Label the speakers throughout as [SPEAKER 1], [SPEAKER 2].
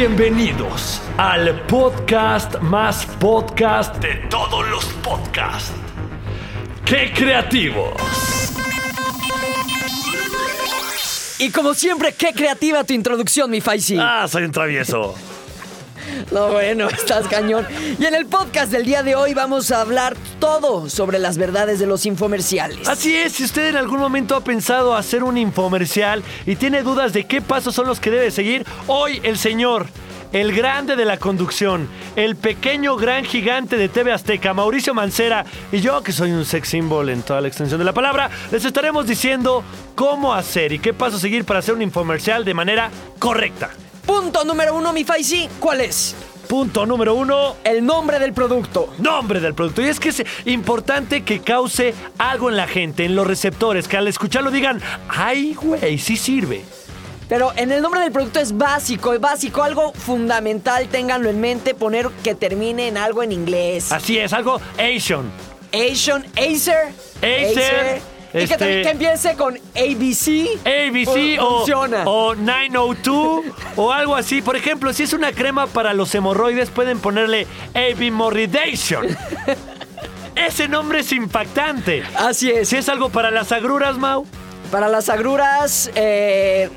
[SPEAKER 1] Bienvenidos al podcast más podcast de todos los podcasts. ¡Qué creativos!
[SPEAKER 2] Y como siempre, qué creativa tu introducción, mi Faisy.
[SPEAKER 1] Ah, soy un travieso.
[SPEAKER 2] No, bueno, estás cañón. Y en el podcast del día de hoy vamos a hablar todo sobre las verdades de los infomerciales.
[SPEAKER 1] Así es, si usted en algún momento ha pensado hacer un infomercial y tiene dudas de qué pasos son los que debe seguir, hoy el señor, el grande de la conducción, el pequeño gran gigante de TV Azteca, Mauricio Mancera, y yo, que soy un sex symbol en toda la extensión de la palabra, les estaremos diciendo cómo hacer y qué pasos seguir para hacer un infomercial de manera correcta.
[SPEAKER 2] Punto número uno, mi Faisy, ¿cuál es?
[SPEAKER 1] Punto número uno,
[SPEAKER 2] El nombre del producto.
[SPEAKER 1] nombre del producto. Y es que es importante que cause algo en la gente, en los receptores, que al escucharlo digan, ay, güey, sí sirve.
[SPEAKER 2] Pero en el nombre del producto es básico, es básico, algo fundamental, ténganlo en mente, poner que termine en algo en inglés.
[SPEAKER 1] Así es, algo Asian.
[SPEAKER 2] Asian, Acer.
[SPEAKER 1] Acer,
[SPEAKER 2] Y que,
[SPEAKER 1] este- Eh.
[SPEAKER 2] también que empiece con ABC.
[SPEAKER 1] ABC
[SPEAKER 2] Fun-
[SPEAKER 1] o,
[SPEAKER 2] Funciona.
[SPEAKER 1] o 902 o algo así. Por ejemplo, si es una crema para los hemorroides, pueden ponerle AB Moridation. Ese nombre es impactante.
[SPEAKER 2] Así es.
[SPEAKER 1] Si es algo para las agruras, Mau,
[SPEAKER 2] Para las agruras, eh,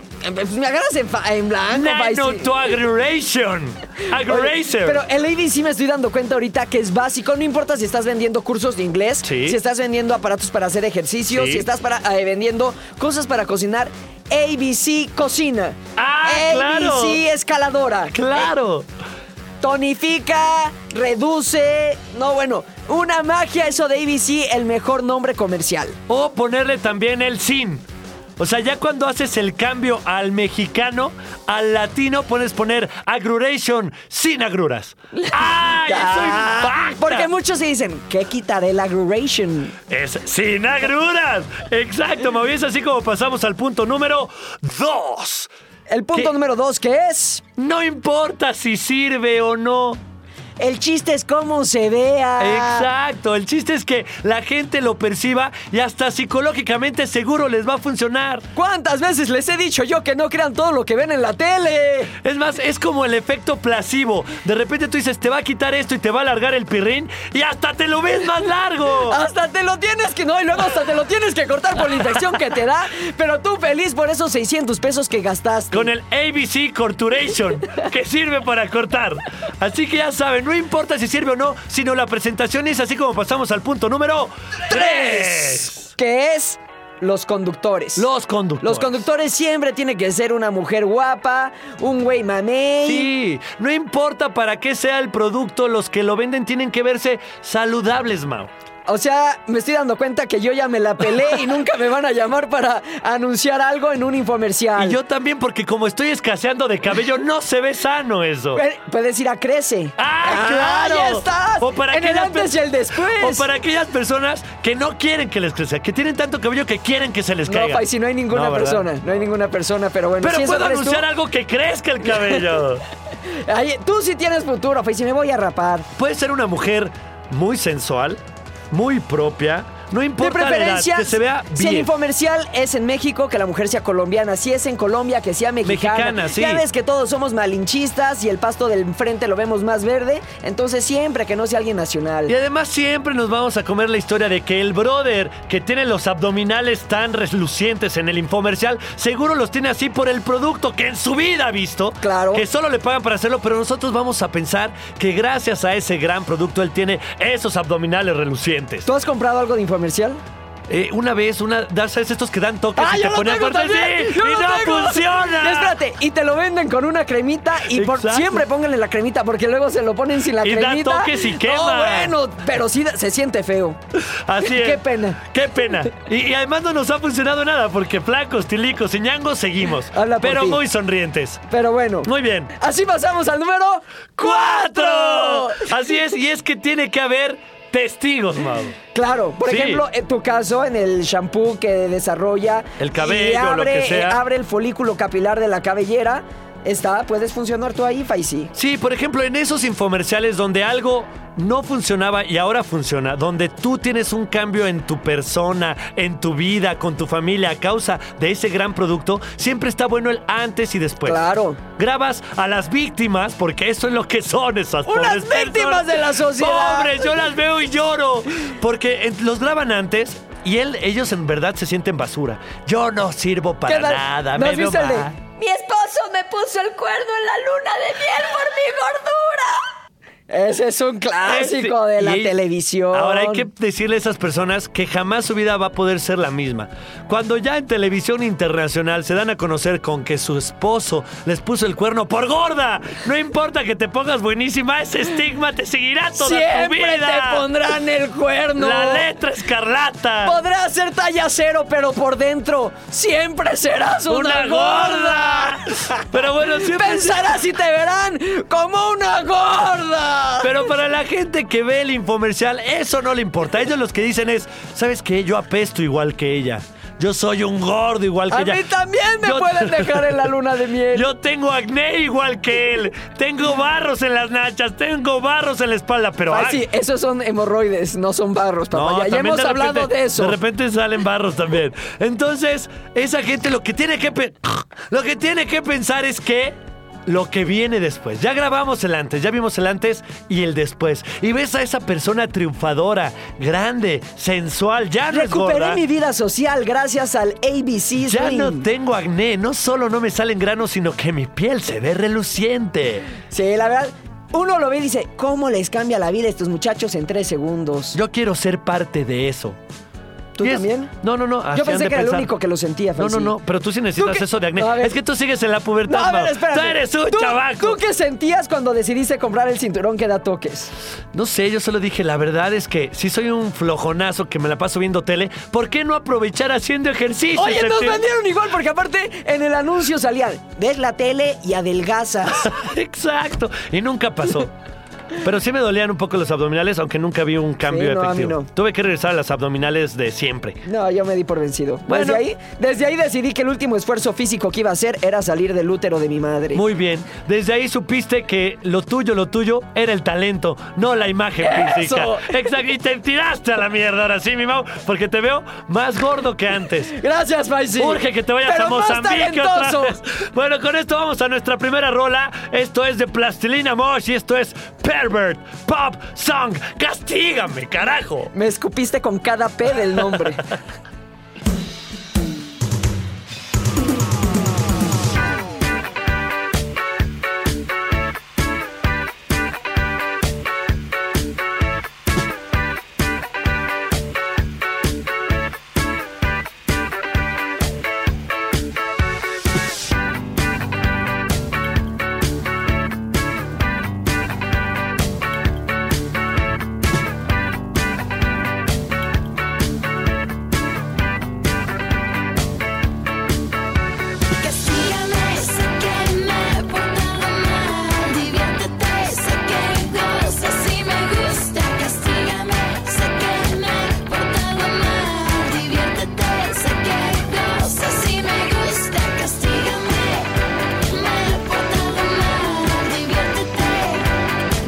[SPEAKER 2] me agarras en, fa- en blanco, Faisy.
[SPEAKER 1] 902 Agruration.
[SPEAKER 2] Oye,
[SPEAKER 1] Aguracer.
[SPEAKER 2] Pero el AD sí me estoy dando cuenta ahorita que es básico. No importa si estás vendiendo cursos de inglés,
[SPEAKER 1] Sí.
[SPEAKER 2] si estás vendiendo aparatos para hacer ejercicio,
[SPEAKER 1] Sí.
[SPEAKER 2] si estás para, eh, vendiendo cosas para cocinar. ABC cocina.
[SPEAKER 1] Ah,
[SPEAKER 2] ABC
[SPEAKER 1] claro.
[SPEAKER 2] escaladora.
[SPEAKER 1] Claro.
[SPEAKER 2] Tonifica, reduce. No, bueno, una magia eso de ABC, el mejor nombre comercial.
[SPEAKER 1] O ponerle también el sin. O sea, ya cuando haces el cambio al mexicano, al latino puedes poner agruration sin agruras. ¡Ay, eso
[SPEAKER 2] Ah,
[SPEAKER 1] impacta!
[SPEAKER 2] porque muchos se dicen, ¿qué quitaré la aggravation?
[SPEAKER 1] Es sin agruras. Exacto, Mau, y es así como pasamos al punto número 2.
[SPEAKER 2] El punto
[SPEAKER 1] ¿Qué?
[SPEAKER 2] número dos, que es
[SPEAKER 1] No importa si sirve o no.
[SPEAKER 2] el chiste es cómo se vea.
[SPEAKER 1] Exacto, el chiste es que la gente lo perciba y hasta psicológicamente seguro les va a funcionar.
[SPEAKER 2] ¿Cuántas veces les he dicho yo que no crean todo lo que ven en la tele?
[SPEAKER 1] Es más, es como el efecto placebo. De repente tú dices, te va a quitar esto y te va a alargar el pirrín y hasta te lo ves más largo.
[SPEAKER 2] Hasta te lo tienes que no, y luego hasta te lo tienes que cortar por la infección que te da, pero tú feliz por esos 600 pesos que gastaste.
[SPEAKER 1] Con el ABC Corturation, que sirve para cortar. Así que ya saben, no importa si sirve o no, sino la presentación es así como pasamos al punto número 3.
[SPEAKER 2] Que es los conductores.
[SPEAKER 1] Los conductores.
[SPEAKER 2] Los conductores siempre tiene que ser una mujer guapa, un güey mamey.
[SPEAKER 1] Sí, no importa para qué sea el producto, los que lo venden tienen que verse saludables, Mao.
[SPEAKER 2] O sea, me estoy dando cuenta que yo ya me la pelé y nunca me van a llamar para anunciar algo en un infomercial.
[SPEAKER 1] Y yo también, porque como estoy escaseando de cabello, no se ve sano eso.
[SPEAKER 2] Pu- Puedes ir a Crece.
[SPEAKER 1] ¡Ah, claro!
[SPEAKER 2] ¡Ya estás!
[SPEAKER 1] O para
[SPEAKER 2] en el
[SPEAKER 1] aquellas
[SPEAKER 2] antes y
[SPEAKER 1] pe-
[SPEAKER 2] el después.
[SPEAKER 1] O para aquellas personas que no quieren que les crezca, que tienen tanto cabello que quieren que se les
[SPEAKER 2] No,
[SPEAKER 1] caiga.
[SPEAKER 2] Paisy, no hay ninguna
[SPEAKER 1] No, ¿verdad?
[SPEAKER 2] persona. No hay ninguna persona, pero bueno.
[SPEAKER 1] Pero
[SPEAKER 2] si eso
[SPEAKER 1] puedo
[SPEAKER 2] eres tú,
[SPEAKER 1] anunciar algo que crezca el cabello.
[SPEAKER 2] ahí- tú sí tienes futuro, Faisy. Me voy a rapar.
[SPEAKER 1] Puede ser una mujer muy sensual, muy propia, no
[SPEAKER 2] De
[SPEAKER 1] importa la edad,
[SPEAKER 2] preferencia,
[SPEAKER 1] que se vea
[SPEAKER 2] si el
[SPEAKER 1] bien.
[SPEAKER 2] infomercial es en México, que la mujer sea colombiana. Si es en Colombia, que sea mexicana.
[SPEAKER 1] Mexicana, sí.
[SPEAKER 2] Ya ves que todos somos malinchistas y el pasto del frente lo vemos más verde. Entonces, siempre que no sea alguien nacional.
[SPEAKER 1] Y además siempre nos vamos a comer la historia de que el brother que tiene los abdominales tan reslucientes en el infomercial, seguro los tiene así por el producto que en su vida ha visto.
[SPEAKER 2] Claro.
[SPEAKER 1] Que solo le pagan para hacerlo, pero nosotros vamos a pensar que gracias a ese gran producto él tiene esos abdominales relucientes.
[SPEAKER 2] ¿Tú has comprado algo de infomercial?
[SPEAKER 1] Eh, una vez, una, ¿sabes estos que dan
[SPEAKER 2] Ah,
[SPEAKER 1] toques y te ponen a cortar? Sí,
[SPEAKER 2] yo
[SPEAKER 1] y
[SPEAKER 2] lo
[SPEAKER 1] no
[SPEAKER 2] tengo.
[SPEAKER 1] funciona.
[SPEAKER 2] Y espérate, y te lo venden con una cremita y por,
[SPEAKER 1] Exacto.
[SPEAKER 2] siempre pónganle la cremita porque luego se lo ponen sin la
[SPEAKER 1] Y da
[SPEAKER 2] cremita.
[SPEAKER 1] toques y
[SPEAKER 2] No,
[SPEAKER 1] quema.
[SPEAKER 2] bueno, pero sí se siente feo.
[SPEAKER 1] Así es.
[SPEAKER 2] Qué pena.
[SPEAKER 1] Qué pena. Y, y además no nos ha funcionado nada porque flacos, tilicos y ñangos seguimos.
[SPEAKER 2] Habla por
[SPEAKER 1] pero
[SPEAKER 2] ti.
[SPEAKER 1] muy sonrientes.
[SPEAKER 2] Pero bueno.
[SPEAKER 1] Muy bien.
[SPEAKER 2] Así pasamos al número
[SPEAKER 1] ¡Cuatro! Así es, y es que tiene que haber testigos, Mau.
[SPEAKER 2] Claro, por
[SPEAKER 1] Sí.
[SPEAKER 2] ejemplo, en tu caso, en el shampoo que desarrolla
[SPEAKER 1] El
[SPEAKER 2] y
[SPEAKER 1] cabello, lo
[SPEAKER 2] abre,
[SPEAKER 1] que sea.
[SPEAKER 2] eh, abre el folículo capilar de la cabellera. está, puedes funcionar tú ahí, Faisy.
[SPEAKER 1] Sí, por ejemplo, en esos infomerciales donde algo no funcionaba y ahora funciona, donde tú tienes un cambio en tu persona, en tu vida, con tu familia a causa de ese gran producto, siempre está bueno el antes y después.
[SPEAKER 2] Claro.
[SPEAKER 1] Grabas a las víctimas, porque eso es lo que son esas
[SPEAKER 2] Unas
[SPEAKER 1] pobres personas.
[SPEAKER 2] víctimas de la sociedad.
[SPEAKER 1] Pobres, yo las veo y lloro. Porque en- los graban antes. Y él, ellos en verdad se sienten basura. Yo no sirvo para
[SPEAKER 2] ¿Qué tal?
[SPEAKER 1] nada.
[SPEAKER 2] ¿No
[SPEAKER 1] me
[SPEAKER 2] has
[SPEAKER 1] veo
[SPEAKER 2] visto el de-
[SPEAKER 1] mal.
[SPEAKER 3] Mi esposo me puso el cuerno en la luna de miel por mi gordura.
[SPEAKER 2] Ese es un clásico
[SPEAKER 1] Este,
[SPEAKER 2] de la
[SPEAKER 1] y-
[SPEAKER 2] televisión.
[SPEAKER 1] Ahora hay que decirle a esas personas que jamás su vida va a poder ser la misma. Cuando ya en televisión internacional se dan a conocer con que su esposo les puso el cuerno por gorda. No importa que te pongas buenísima, ese estigma te seguirá toda tu
[SPEAKER 2] Siempre
[SPEAKER 1] vida.
[SPEAKER 2] te pondrán el cuerno.
[SPEAKER 1] La letra escarlata.
[SPEAKER 2] Podrás ser talla cero, pero por dentro siempre serás una, gorda.
[SPEAKER 1] Pero bueno, siempre.
[SPEAKER 2] Pensarás y te verán como una gorda.
[SPEAKER 1] Pero para la gente que ve el infomercial, eso no le importa. Ellos los que dicen es, ¿sabes qué? Yo apesto igual que ella. Yo soy un gordo igual que
[SPEAKER 2] A
[SPEAKER 1] ella.
[SPEAKER 2] mí también me
[SPEAKER 1] Yo-
[SPEAKER 2] pueden dejar en la luna de miel.
[SPEAKER 1] Yo tengo acné igual que él. Tengo barros en las nachas, tengo barros en la espalda, pero...
[SPEAKER 2] Ay,
[SPEAKER 1] ah,
[SPEAKER 2] sí, esos son hemorroides, no son barros, papá. Ya- ya
[SPEAKER 1] también
[SPEAKER 2] hemos
[SPEAKER 1] de repente-
[SPEAKER 2] hablado de eso.
[SPEAKER 1] De repente salen barros también. Entonces, esa gente lo que tiene que pe- lo que tiene que pensar es que lo que viene después. Ya grabamos el antes, ya vimos el antes y el después. Y ves a esa persona triunfadora, grande, sensual, ya no es gorda.
[SPEAKER 2] Recuperé mi vida social gracias al ABC
[SPEAKER 1] Ya
[SPEAKER 2] Slim.
[SPEAKER 1] no tengo acné, no solo no me salen granos, sino que mi piel se ve reluciente.
[SPEAKER 2] Sí, la verdad, uno lo ve y dice, ¿cómo les cambia la vida a estos muchachos en tres segundos?
[SPEAKER 1] Yo quiero ser parte de eso.
[SPEAKER 2] ¿Tú
[SPEAKER 1] Y es-
[SPEAKER 2] también?
[SPEAKER 1] No, no, no. así
[SPEAKER 2] Yo
[SPEAKER 1] han
[SPEAKER 2] pensé
[SPEAKER 1] de
[SPEAKER 2] que era el
[SPEAKER 1] pensar.
[SPEAKER 2] único que lo sentía,
[SPEAKER 1] No, no,
[SPEAKER 2] Faisy.
[SPEAKER 1] no, pero tú sí necesitas
[SPEAKER 2] ¿Tú qué-
[SPEAKER 1] eso de acné.
[SPEAKER 2] No, a ver.
[SPEAKER 1] es que tú sigues en la pubertad,
[SPEAKER 2] No, a ver,
[SPEAKER 1] Mau.
[SPEAKER 2] espérate.
[SPEAKER 1] Tú eres un
[SPEAKER 2] ¿Tú,
[SPEAKER 1] chavaco.
[SPEAKER 2] ¿Tú qué sentías cuando decidiste comprar el cinturón que da toques?
[SPEAKER 1] No sé, yo solo dije, la verdad es que si soy un flojonazo que me la paso viendo tele, ¿por qué no aprovechar haciendo ejercicio?
[SPEAKER 2] Oye, nos
[SPEAKER 1] Septiembre?
[SPEAKER 2] vendieron igual porque aparte en el anuncio salía, ves la tele y adelgazas.
[SPEAKER 1] Exacto. Y nunca pasó. Pero sí me dolían un poco los abdominales, aunque nunca vi un cambio
[SPEAKER 2] Sí, no, a mí
[SPEAKER 1] efectivo.
[SPEAKER 2] no.
[SPEAKER 1] Tuve que regresar a las abdominales de siempre.
[SPEAKER 2] No, yo me di por vencido.
[SPEAKER 1] Bueno.
[SPEAKER 2] Desde ahí, desde ahí decidí que el último esfuerzo físico que iba a hacer era salir del útero de mi madre.
[SPEAKER 1] Muy bien. Desde ahí supiste que lo tuyo, lo tuyo era el talento, no la imagen física.
[SPEAKER 2] ¡Eso!
[SPEAKER 1] Exacto. Y te tiraste a la mierda ahora sí, mi Mau, porque te veo más gordo que antes.
[SPEAKER 2] Gracias, Faisy.
[SPEAKER 1] Urge que te vayas
[SPEAKER 2] Pero
[SPEAKER 1] a Mozambique otra
[SPEAKER 2] más talentoso.
[SPEAKER 1] vez. Bueno, con esto vamos a nuestra primera rola. Esto es de Plastilina Mosh y esto es Pervert Pop Song. ¡Castígame, carajo!
[SPEAKER 2] Me escupiste con cada P del nombre.
[SPEAKER 4] Castígame, sé que me he portado mal. Diviértete, sé que gozas y me gusta. Castígame, sé que me he portado mal. Diviértete, sé que gozas y me gusta. Castígame, me he portado mal. Diviértete,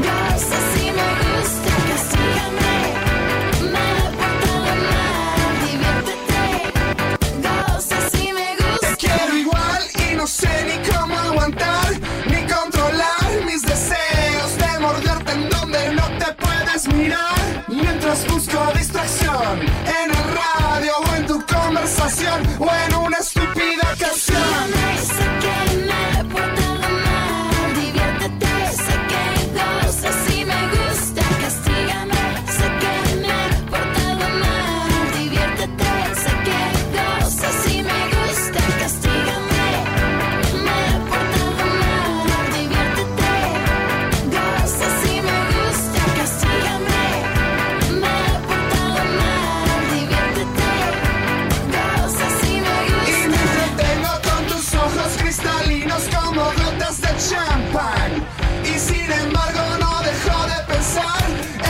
[SPEAKER 4] gozas y me gusta. Castígame, me he portado mal. Diviértete, gozas y me gusta.
[SPEAKER 5] Te quiero igual y no sé ni cómo aguantar ni controlar mis deseos de morderte en donde no te puedes mirar. Mientras busco distracción en el radio o en tu conversación o en una estúpida canción.
[SPEAKER 4] Castígame, sé que me he portado mal. Diviértete, sé que gozas y me gusta. Castígame, sé que me he portado mal. Diviértete, sé que gozas y me gusta. Castígame, me he portado mal. Diviértete, gozas y me gusta. Castígame, me he portado mal. Diviértete, gozas y me
[SPEAKER 5] Y
[SPEAKER 4] gusta.
[SPEAKER 5] me entretengo con tus ojos cristalinos como gotas de champán. Y sin embargo no dejo de pensar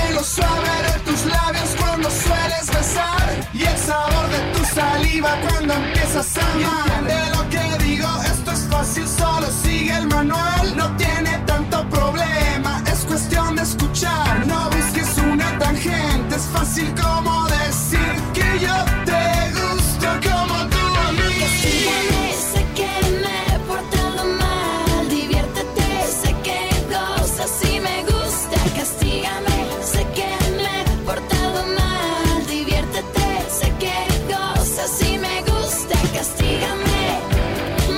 [SPEAKER 5] en lo suave de tus labios cuando sueles besar. Y el sabor de tu saliva cuando empiezas a amar. De lo que digo, esto es fácil, solo sigue el manual no tiene tanto problema. Es cuestión de escuchar, no busques una tangente. Es fácil como decir que yo te gusto como tú a mí.
[SPEAKER 4] Castígame, sé que me he portado mal. Diviértete, sé que gozas y me gusta. Castígame, sé que me he portado mal. Diviértete, sé que gozas y me gusta. Castígame,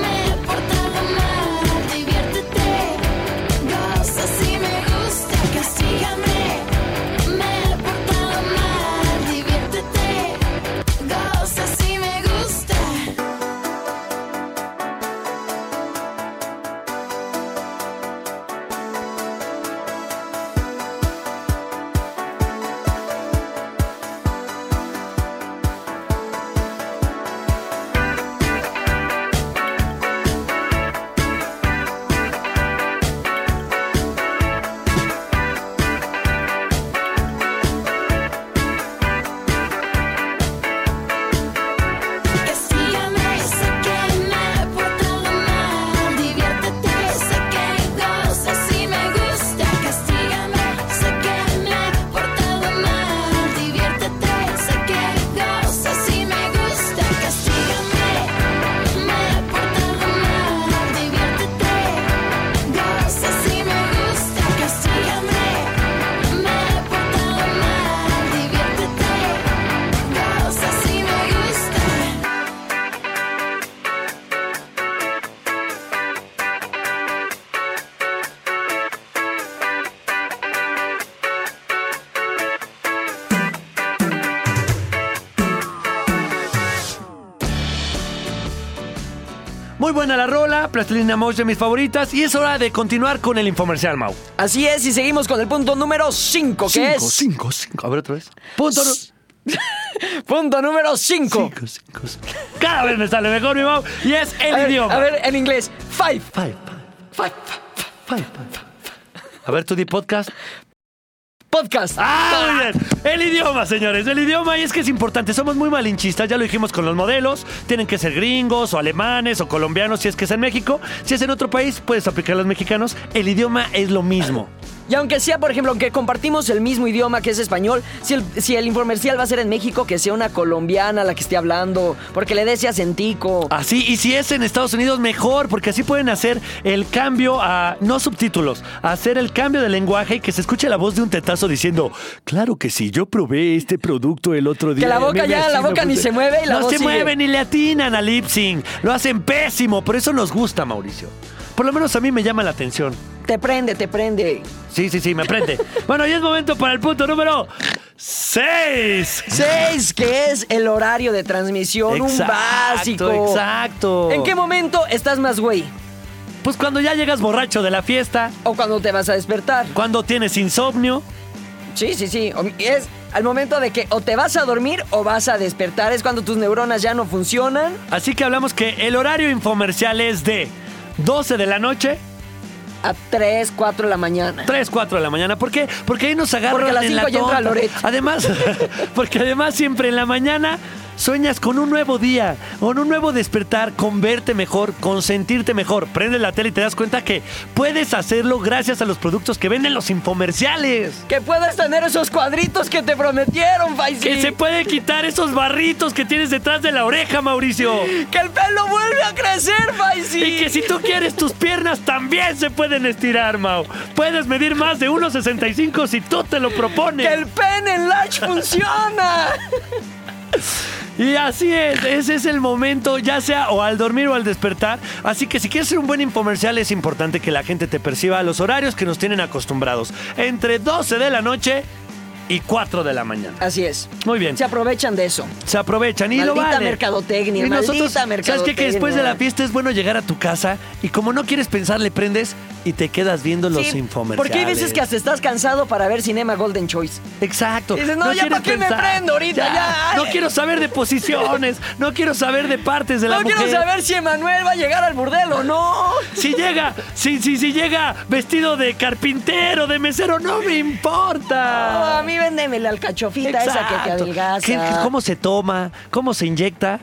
[SPEAKER 4] me he portado mal. Diviértete, gozas y me gusta. Castígame, me he portado mal. Diviértete, gozas y me gusta. Castígame, sé que me he portado mal. Diviértete, sé que gozas y me gusta. Castígame, sé que me he portado mal. Diviértete, sé que gozas y me gusta. Castígame, me he portado mal. Diviértete, gozas y me gusta. Castígame, me he portado mal. Diviértete, gozas y me gusta.
[SPEAKER 1] Muy buena la rola, Plastilina Mosh de mis favoritas. Y es hora de continuar con el infomercial, Mau.
[SPEAKER 2] Así es, y seguimos con el punto número 5, que
[SPEAKER 1] Cinco,
[SPEAKER 2] es.
[SPEAKER 1] cinco, cinco. A ver otra vez.
[SPEAKER 2] Punto, nu- punto número 5.
[SPEAKER 1] Cinco, cinco, cinco. Cada vez me sale mejor mi Mau. Y es el
[SPEAKER 2] A, ver,
[SPEAKER 1] idioma.
[SPEAKER 2] a ver, en inglés. Five.
[SPEAKER 1] Five,
[SPEAKER 2] Five.
[SPEAKER 1] five, five. A ver, tú di podcast.
[SPEAKER 2] Podcast.
[SPEAKER 1] ¡Ah, muy bien! El idioma, señores, el idioma, y es que es importante. Somos muy malinchistas, ya lo dijimos con los modelos. Tienen que ser gringos, o alemanes, o colombianos, si es que es en México. Si es en otro país, puedes aplicar a los mexicanos. El idioma es lo mismo.
[SPEAKER 2] Y aunque sea, por ejemplo, aunque compartimos el mismo idioma que es español, si el, si el infomercial va a ser en México, que sea una colombiana la que esté hablando, porque le dé ese acentico.
[SPEAKER 1] Así, y si es en Estados Unidos, mejor, porque así pueden hacer el cambio a, no subtítulos, a hacer el cambio de lenguaje y que se escuche la voz de un tetazo diciendo, claro que sí, yo probé este producto el otro día.
[SPEAKER 2] la
[SPEAKER 1] y a mí
[SPEAKER 2] boca
[SPEAKER 1] me
[SPEAKER 2] ya, la
[SPEAKER 1] fascina
[SPEAKER 2] boca ni
[SPEAKER 1] porque-".
[SPEAKER 2] se mueve y la
[SPEAKER 1] No
[SPEAKER 2] voz
[SPEAKER 1] se
[SPEAKER 2] sigue.
[SPEAKER 1] mueve ni le atinan al lip sync. Lo hacen pésimo, pero eso nos gusta, Mauricio. Por lo menos a mí me llama la atención.
[SPEAKER 2] Te prende, te prende.
[SPEAKER 1] Sí, sí, sí, me prende. bueno, y es momento para el punto número 6.
[SPEAKER 2] Seis, que es el horario de transmisión, un
[SPEAKER 1] Exacto,
[SPEAKER 2] básico.
[SPEAKER 1] exacto.
[SPEAKER 2] ¿En qué momento estás más güey?
[SPEAKER 1] Pues cuando ya llegas borracho de la fiesta,
[SPEAKER 2] ¿O cuando te vas a despertar?
[SPEAKER 1] cuando tienes insomnio,
[SPEAKER 2] Sí, sí, sí. O- Es al momento de que o te vas a dormir o vas a despertar. Es cuando tus neuronas ya no funcionan.
[SPEAKER 1] Así que hablamos que el horario infomercial es de 12 de la noche,
[SPEAKER 2] A 3, 4 de la mañana.
[SPEAKER 1] 3, 4 de la mañana. ¿Por qué? Porque ahí nos agarran
[SPEAKER 2] Porque a las
[SPEAKER 1] en
[SPEAKER 2] cinco ya entra
[SPEAKER 1] tonta.
[SPEAKER 2] Loret.
[SPEAKER 1] Además, porque además siempre en la mañana sueñas con un nuevo día, con un nuevo despertar, con verte mejor, con sentirte mejor. Prendes la tele y te das cuenta que puedes hacerlo gracias a los productos que venden los infomerciales.
[SPEAKER 2] Que puedas tener esos cuadritos que te prometieron, Faisy.
[SPEAKER 1] Que se puede quitar esos barritos que tienes detrás de la oreja, Mauricio.
[SPEAKER 2] Que el pelo vuelve a crecer, Faisy.
[SPEAKER 1] Y que si tú quieres, tus piernas también se pueden estirar, Mau. Puedes medir más de 1,65 si tú te lo propones.
[SPEAKER 2] Que el pen enlarge funciona.
[SPEAKER 1] Y así es, ese es el momento, ya sea o al dormir o al despertar. Así que si quieres ser un buen infomercial, es importante que la gente te perciba a los horarios que nos tienen acostumbrados. Entre 12 de la noche y 4 de la mañana.
[SPEAKER 2] Así es.
[SPEAKER 1] Muy bien.
[SPEAKER 2] Se aprovechan de eso.
[SPEAKER 1] Se aprovechan y lo
[SPEAKER 2] Maldita
[SPEAKER 1] vale.
[SPEAKER 2] mercadotecnia, maldita
[SPEAKER 1] ¿Sabes qué? Que después de la
[SPEAKER 2] mercadotecnia.
[SPEAKER 1] fiesta es bueno llegar a tu casa y como no quieres pensar, le prendes y te quedas viendo los
[SPEAKER 2] Sí,
[SPEAKER 1] infomerciales.
[SPEAKER 2] Porque hay veces que hasta estás cansado para ver Cinema Golden Choice.
[SPEAKER 1] Exacto.
[SPEAKER 2] Dices, no, ya,
[SPEAKER 1] quieres
[SPEAKER 2] ¿pa' qué me prendo ahorita? Ya,
[SPEAKER 1] No
[SPEAKER 2] ay.
[SPEAKER 1] quiero saber de posiciones, no quiero saber de partes de la
[SPEAKER 2] no
[SPEAKER 1] mujer.
[SPEAKER 2] quiero saber si Emanuel va a llegar al burdel o no.
[SPEAKER 1] Si llega, si, si, si llega vestido de carpintero, de mesero, no me
[SPEAKER 2] No,
[SPEAKER 1] importa.
[SPEAKER 2] a mí véndeme la alcachofita esa que te
[SPEAKER 1] Ah. Exacto.
[SPEAKER 2] adelgaza.
[SPEAKER 1] ¿Qué- ¿Cómo se toma? ¿Cómo se inyecta?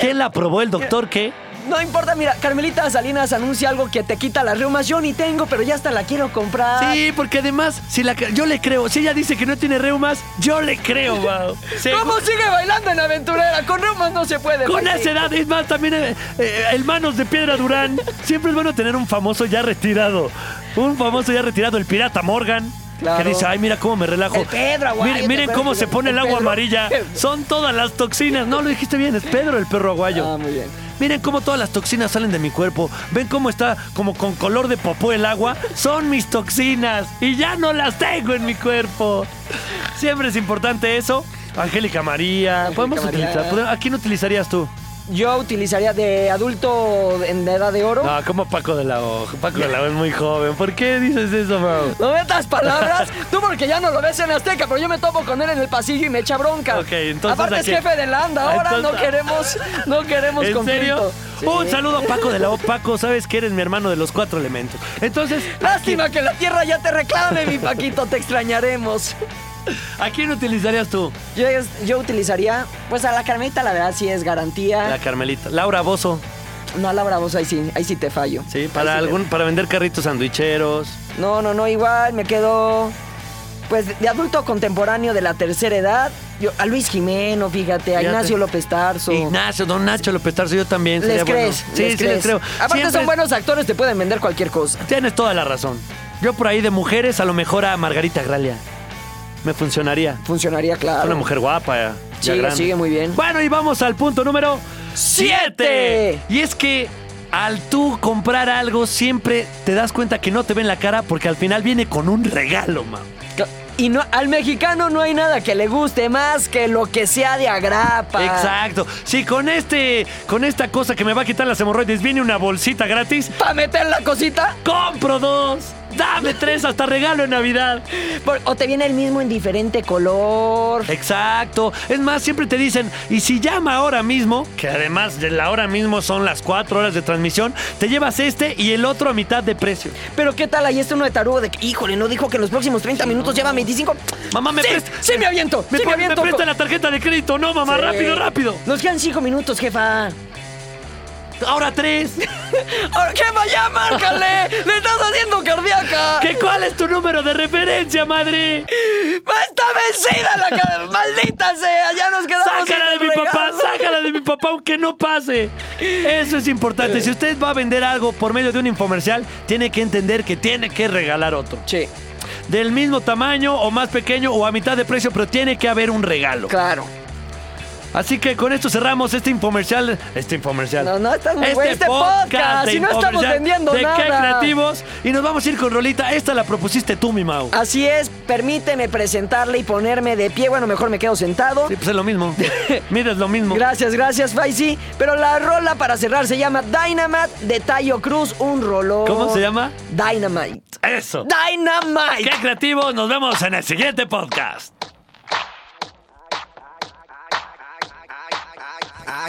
[SPEAKER 1] ¿Quién la probó el doctor? ¿Qué?
[SPEAKER 2] No importa, mira, Carmelita Salinas anuncia algo que te quita las reumas. Yo ni tengo, pero ya hasta la quiero comprar.
[SPEAKER 1] Sí, porque además, si la, yo le creo. Si ella dice que no tiene reumas, yo le creo, Mau.
[SPEAKER 2] ¿Cómo sigue bailando en aventurera? Con reumas no se puede.
[SPEAKER 1] Con
[SPEAKER 2] Maxi.
[SPEAKER 1] esa edad, es más, también eh, eh, hermanos de Piedra Durán. Siempre es bueno tener un famoso ya retirado. Un famoso ya retirado, el pirata Morgan.
[SPEAKER 2] Claro.
[SPEAKER 1] Que dice, ay, mira cómo me relajo.
[SPEAKER 2] El Pedro, guay,
[SPEAKER 1] Miren,
[SPEAKER 2] el
[SPEAKER 1] miren
[SPEAKER 2] Pedro,
[SPEAKER 1] cómo se pone el
[SPEAKER 2] el
[SPEAKER 1] agua
[SPEAKER 2] Pedro.
[SPEAKER 1] amarilla. Son todas las toxinas. No, lo dijiste bien, es Pedro el perro aguayo.
[SPEAKER 2] Ah, muy bien.
[SPEAKER 1] Miren cómo todas las toxinas salen de mi cuerpo. Ven cómo está como con color de popó el agua. Son mis toxinas y ya no las tengo en mi cuerpo. Siempre es importante eso. Angélica María, podemos
[SPEAKER 2] María. ¿eh?
[SPEAKER 1] utilizar. ¿Podemos- ¿A quién utilizarías tú?
[SPEAKER 2] Yo utilizaría de adulto en edad de oro.
[SPEAKER 1] No, como Paco de la O. Paco de la O es muy joven. ¿Por qué dices eso, Mau?
[SPEAKER 2] No metas palabras, tú porque ya no lo ves en Azteca, pero yo me topo con él en el pasillo y me echa bronca.
[SPEAKER 1] Ok, entonces
[SPEAKER 2] Aparte
[SPEAKER 1] aquí-
[SPEAKER 2] es jefe de Landa, ahora no
[SPEAKER 1] Entonces-
[SPEAKER 2] queremos, no queremos
[SPEAKER 1] ¿En serio?
[SPEAKER 2] conflicto. Sí.
[SPEAKER 1] Un saludo a Paco de la O. Paco, sabes que eres mi hermano de los cuatro elementos. Entonces,
[SPEAKER 2] Lástima que la tierra ya te reclame, mi Paquito, te extrañaremos.
[SPEAKER 1] ¿a quién utilizarías tú?
[SPEAKER 2] Yo, es- yo utilizaría, pues a la Carmelita la verdad sí es garantía.
[SPEAKER 1] La Carmelita. Laura Bozo.
[SPEAKER 2] No a la Bravos, ahí sí, ahí sí te fallo.
[SPEAKER 1] Sí, para
[SPEAKER 2] Ahí sí te-
[SPEAKER 1] algún, para vender carritos sandwicheros.
[SPEAKER 2] No, no, no, igual me quedo. Pues de adulto contemporáneo de la tercera edad, yo, a Luis Jimeno, fíjate, a
[SPEAKER 1] Fíjate.
[SPEAKER 2] Ignacio López Tarso.
[SPEAKER 1] Ignacio, don Nacho López Tarso, yo también.
[SPEAKER 2] les
[SPEAKER 1] sería bueno.
[SPEAKER 2] crees,
[SPEAKER 1] Sí,
[SPEAKER 2] les
[SPEAKER 1] sí,
[SPEAKER 2] crees.
[SPEAKER 1] les creo.
[SPEAKER 2] Aparte
[SPEAKER 1] Siempre-
[SPEAKER 2] son buenos actores, te pueden vender cualquier cosa.
[SPEAKER 1] Tienes toda la razón. Yo por ahí de mujeres, a lo mejor a Margarita Gralia. Me funcionaría.
[SPEAKER 2] Funcionaría, claro.
[SPEAKER 1] Es una mujer guapa. ya
[SPEAKER 2] Sigue,
[SPEAKER 1] grande.
[SPEAKER 2] sigue muy bien.
[SPEAKER 1] Bueno, y vamos al punto número 7.
[SPEAKER 2] Siete.
[SPEAKER 1] Y es que al tú comprar algo, siempre te das cuenta que no te ven la cara porque al final viene con un regalo, man.
[SPEAKER 2] Cla- Y no, al mexicano no hay nada que le guste más que lo que sea de agrapa.
[SPEAKER 1] Exacto. Si con este, con esta cosa que me va a quitar las hemorroides viene una bolsita gratis,
[SPEAKER 2] ¿Para meter la cosita?
[SPEAKER 1] compro dos. Dame tres hasta regalo en Navidad.
[SPEAKER 2] Por- o te viene el mismo en diferente color.
[SPEAKER 1] Exacto. Es más, siempre te dicen, y si llama ahora mismo, que además de la hora mismo son las cuatro horas de transmisión, te llevas este y el otro a mitad de precio.
[SPEAKER 2] Pero qué tal, ahí está uno de tarugo de que, híjole, no dijo que en los próximos 30 minutos lleva 25.
[SPEAKER 1] Mamá, me
[SPEAKER 2] sí,
[SPEAKER 1] presta-
[SPEAKER 2] Sí, me aviento.
[SPEAKER 1] Me,
[SPEAKER 2] sí, me
[SPEAKER 1] pon- me
[SPEAKER 2] aviento.
[SPEAKER 1] presta la tarjeta de crédito, no, mamá,
[SPEAKER 2] Sí.
[SPEAKER 1] rápido, rápido.
[SPEAKER 2] Nos quedan 5 minutos, jefa.
[SPEAKER 1] Ahora tres.
[SPEAKER 2] Ahora, Ah, jefa, ya márcale. Le estás haciendo cardíaca.
[SPEAKER 1] ¿Qué, ¿Cuál es tu número de referencia, madre?
[SPEAKER 2] ¡Está vencida la cara! ¡Maldita sea! ¡Ya nos quedamos
[SPEAKER 1] Sácala de
[SPEAKER 2] sin
[SPEAKER 1] mi
[SPEAKER 2] regalo.
[SPEAKER 1] papá, sácala de mi papá, aunque no pase. Eso es importante. Si usted va a vender algo por medio de un infomercial, tiene que entender que tiene que regalar otro.
[SPEAKER 2] Che,
[SPEAKER 1] Del mismo tamaño o más pequeño o a mitad de precio, pero tiene que haber un regalo.
[SPEAKER 2] claro.
[SPEAKER 1] Así que con esto cerramos este infomercial. Este infomercial.
[SPEAKER 2] No, no, estás muy bueno, este podcast,
[SPEAKER 1] de
[SPEAKER 2] si no estamos
[SPEAKER 1] infomercial
[SPEAKER 2] vendiendo
[SPEAKER 1] de qué
[SPEAKER 2] nada.
[SPEAKER 1] creativos. Y nos vamos a ir con Rolita. Esta la propusiste tú, mi Mau.
[SPEAKER 2] Así es, permíteme presentarle y ponerme de pie. Bueno, mejor me quedo sentado.
[SPEAKER 1] Sí, pues es lo mismo. Mira, es lo mismo.
[SPEAKER 2] Gracias, gracias, Faisy. Pero la rola para cerrar se llama Dynamite de Tayo Cruz, un rolón.
[SPEAKER 1] ¿Cómo se llama?
[SPEAKER 2] Dynamite.
[SPEAKER 1] Eso.
[SPEAKER 2] Dynamite.
[SPEAKER 1] Qué creativos. Nos vemos en el siguiente podcast.
[SPEAKER 5] I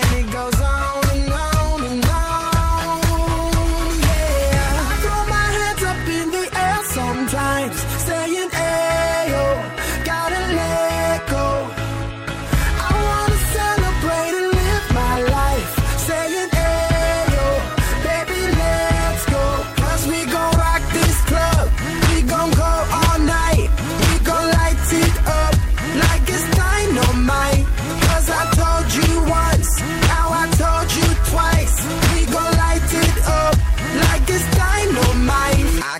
[SPEAKER 5] it goes on and on and on. Yeah. I throw my hands up in the air sometimes, saying, Ayo, gotta let go. I wanna celebrate and live my life, saying, Ayo, baby, let's go. Cause we gon' rock this club, we gon' go all night, we gon' light it up like it's dynamite. Cause I told you once, now I told you twice, we gon' light it up like it's dynamite. I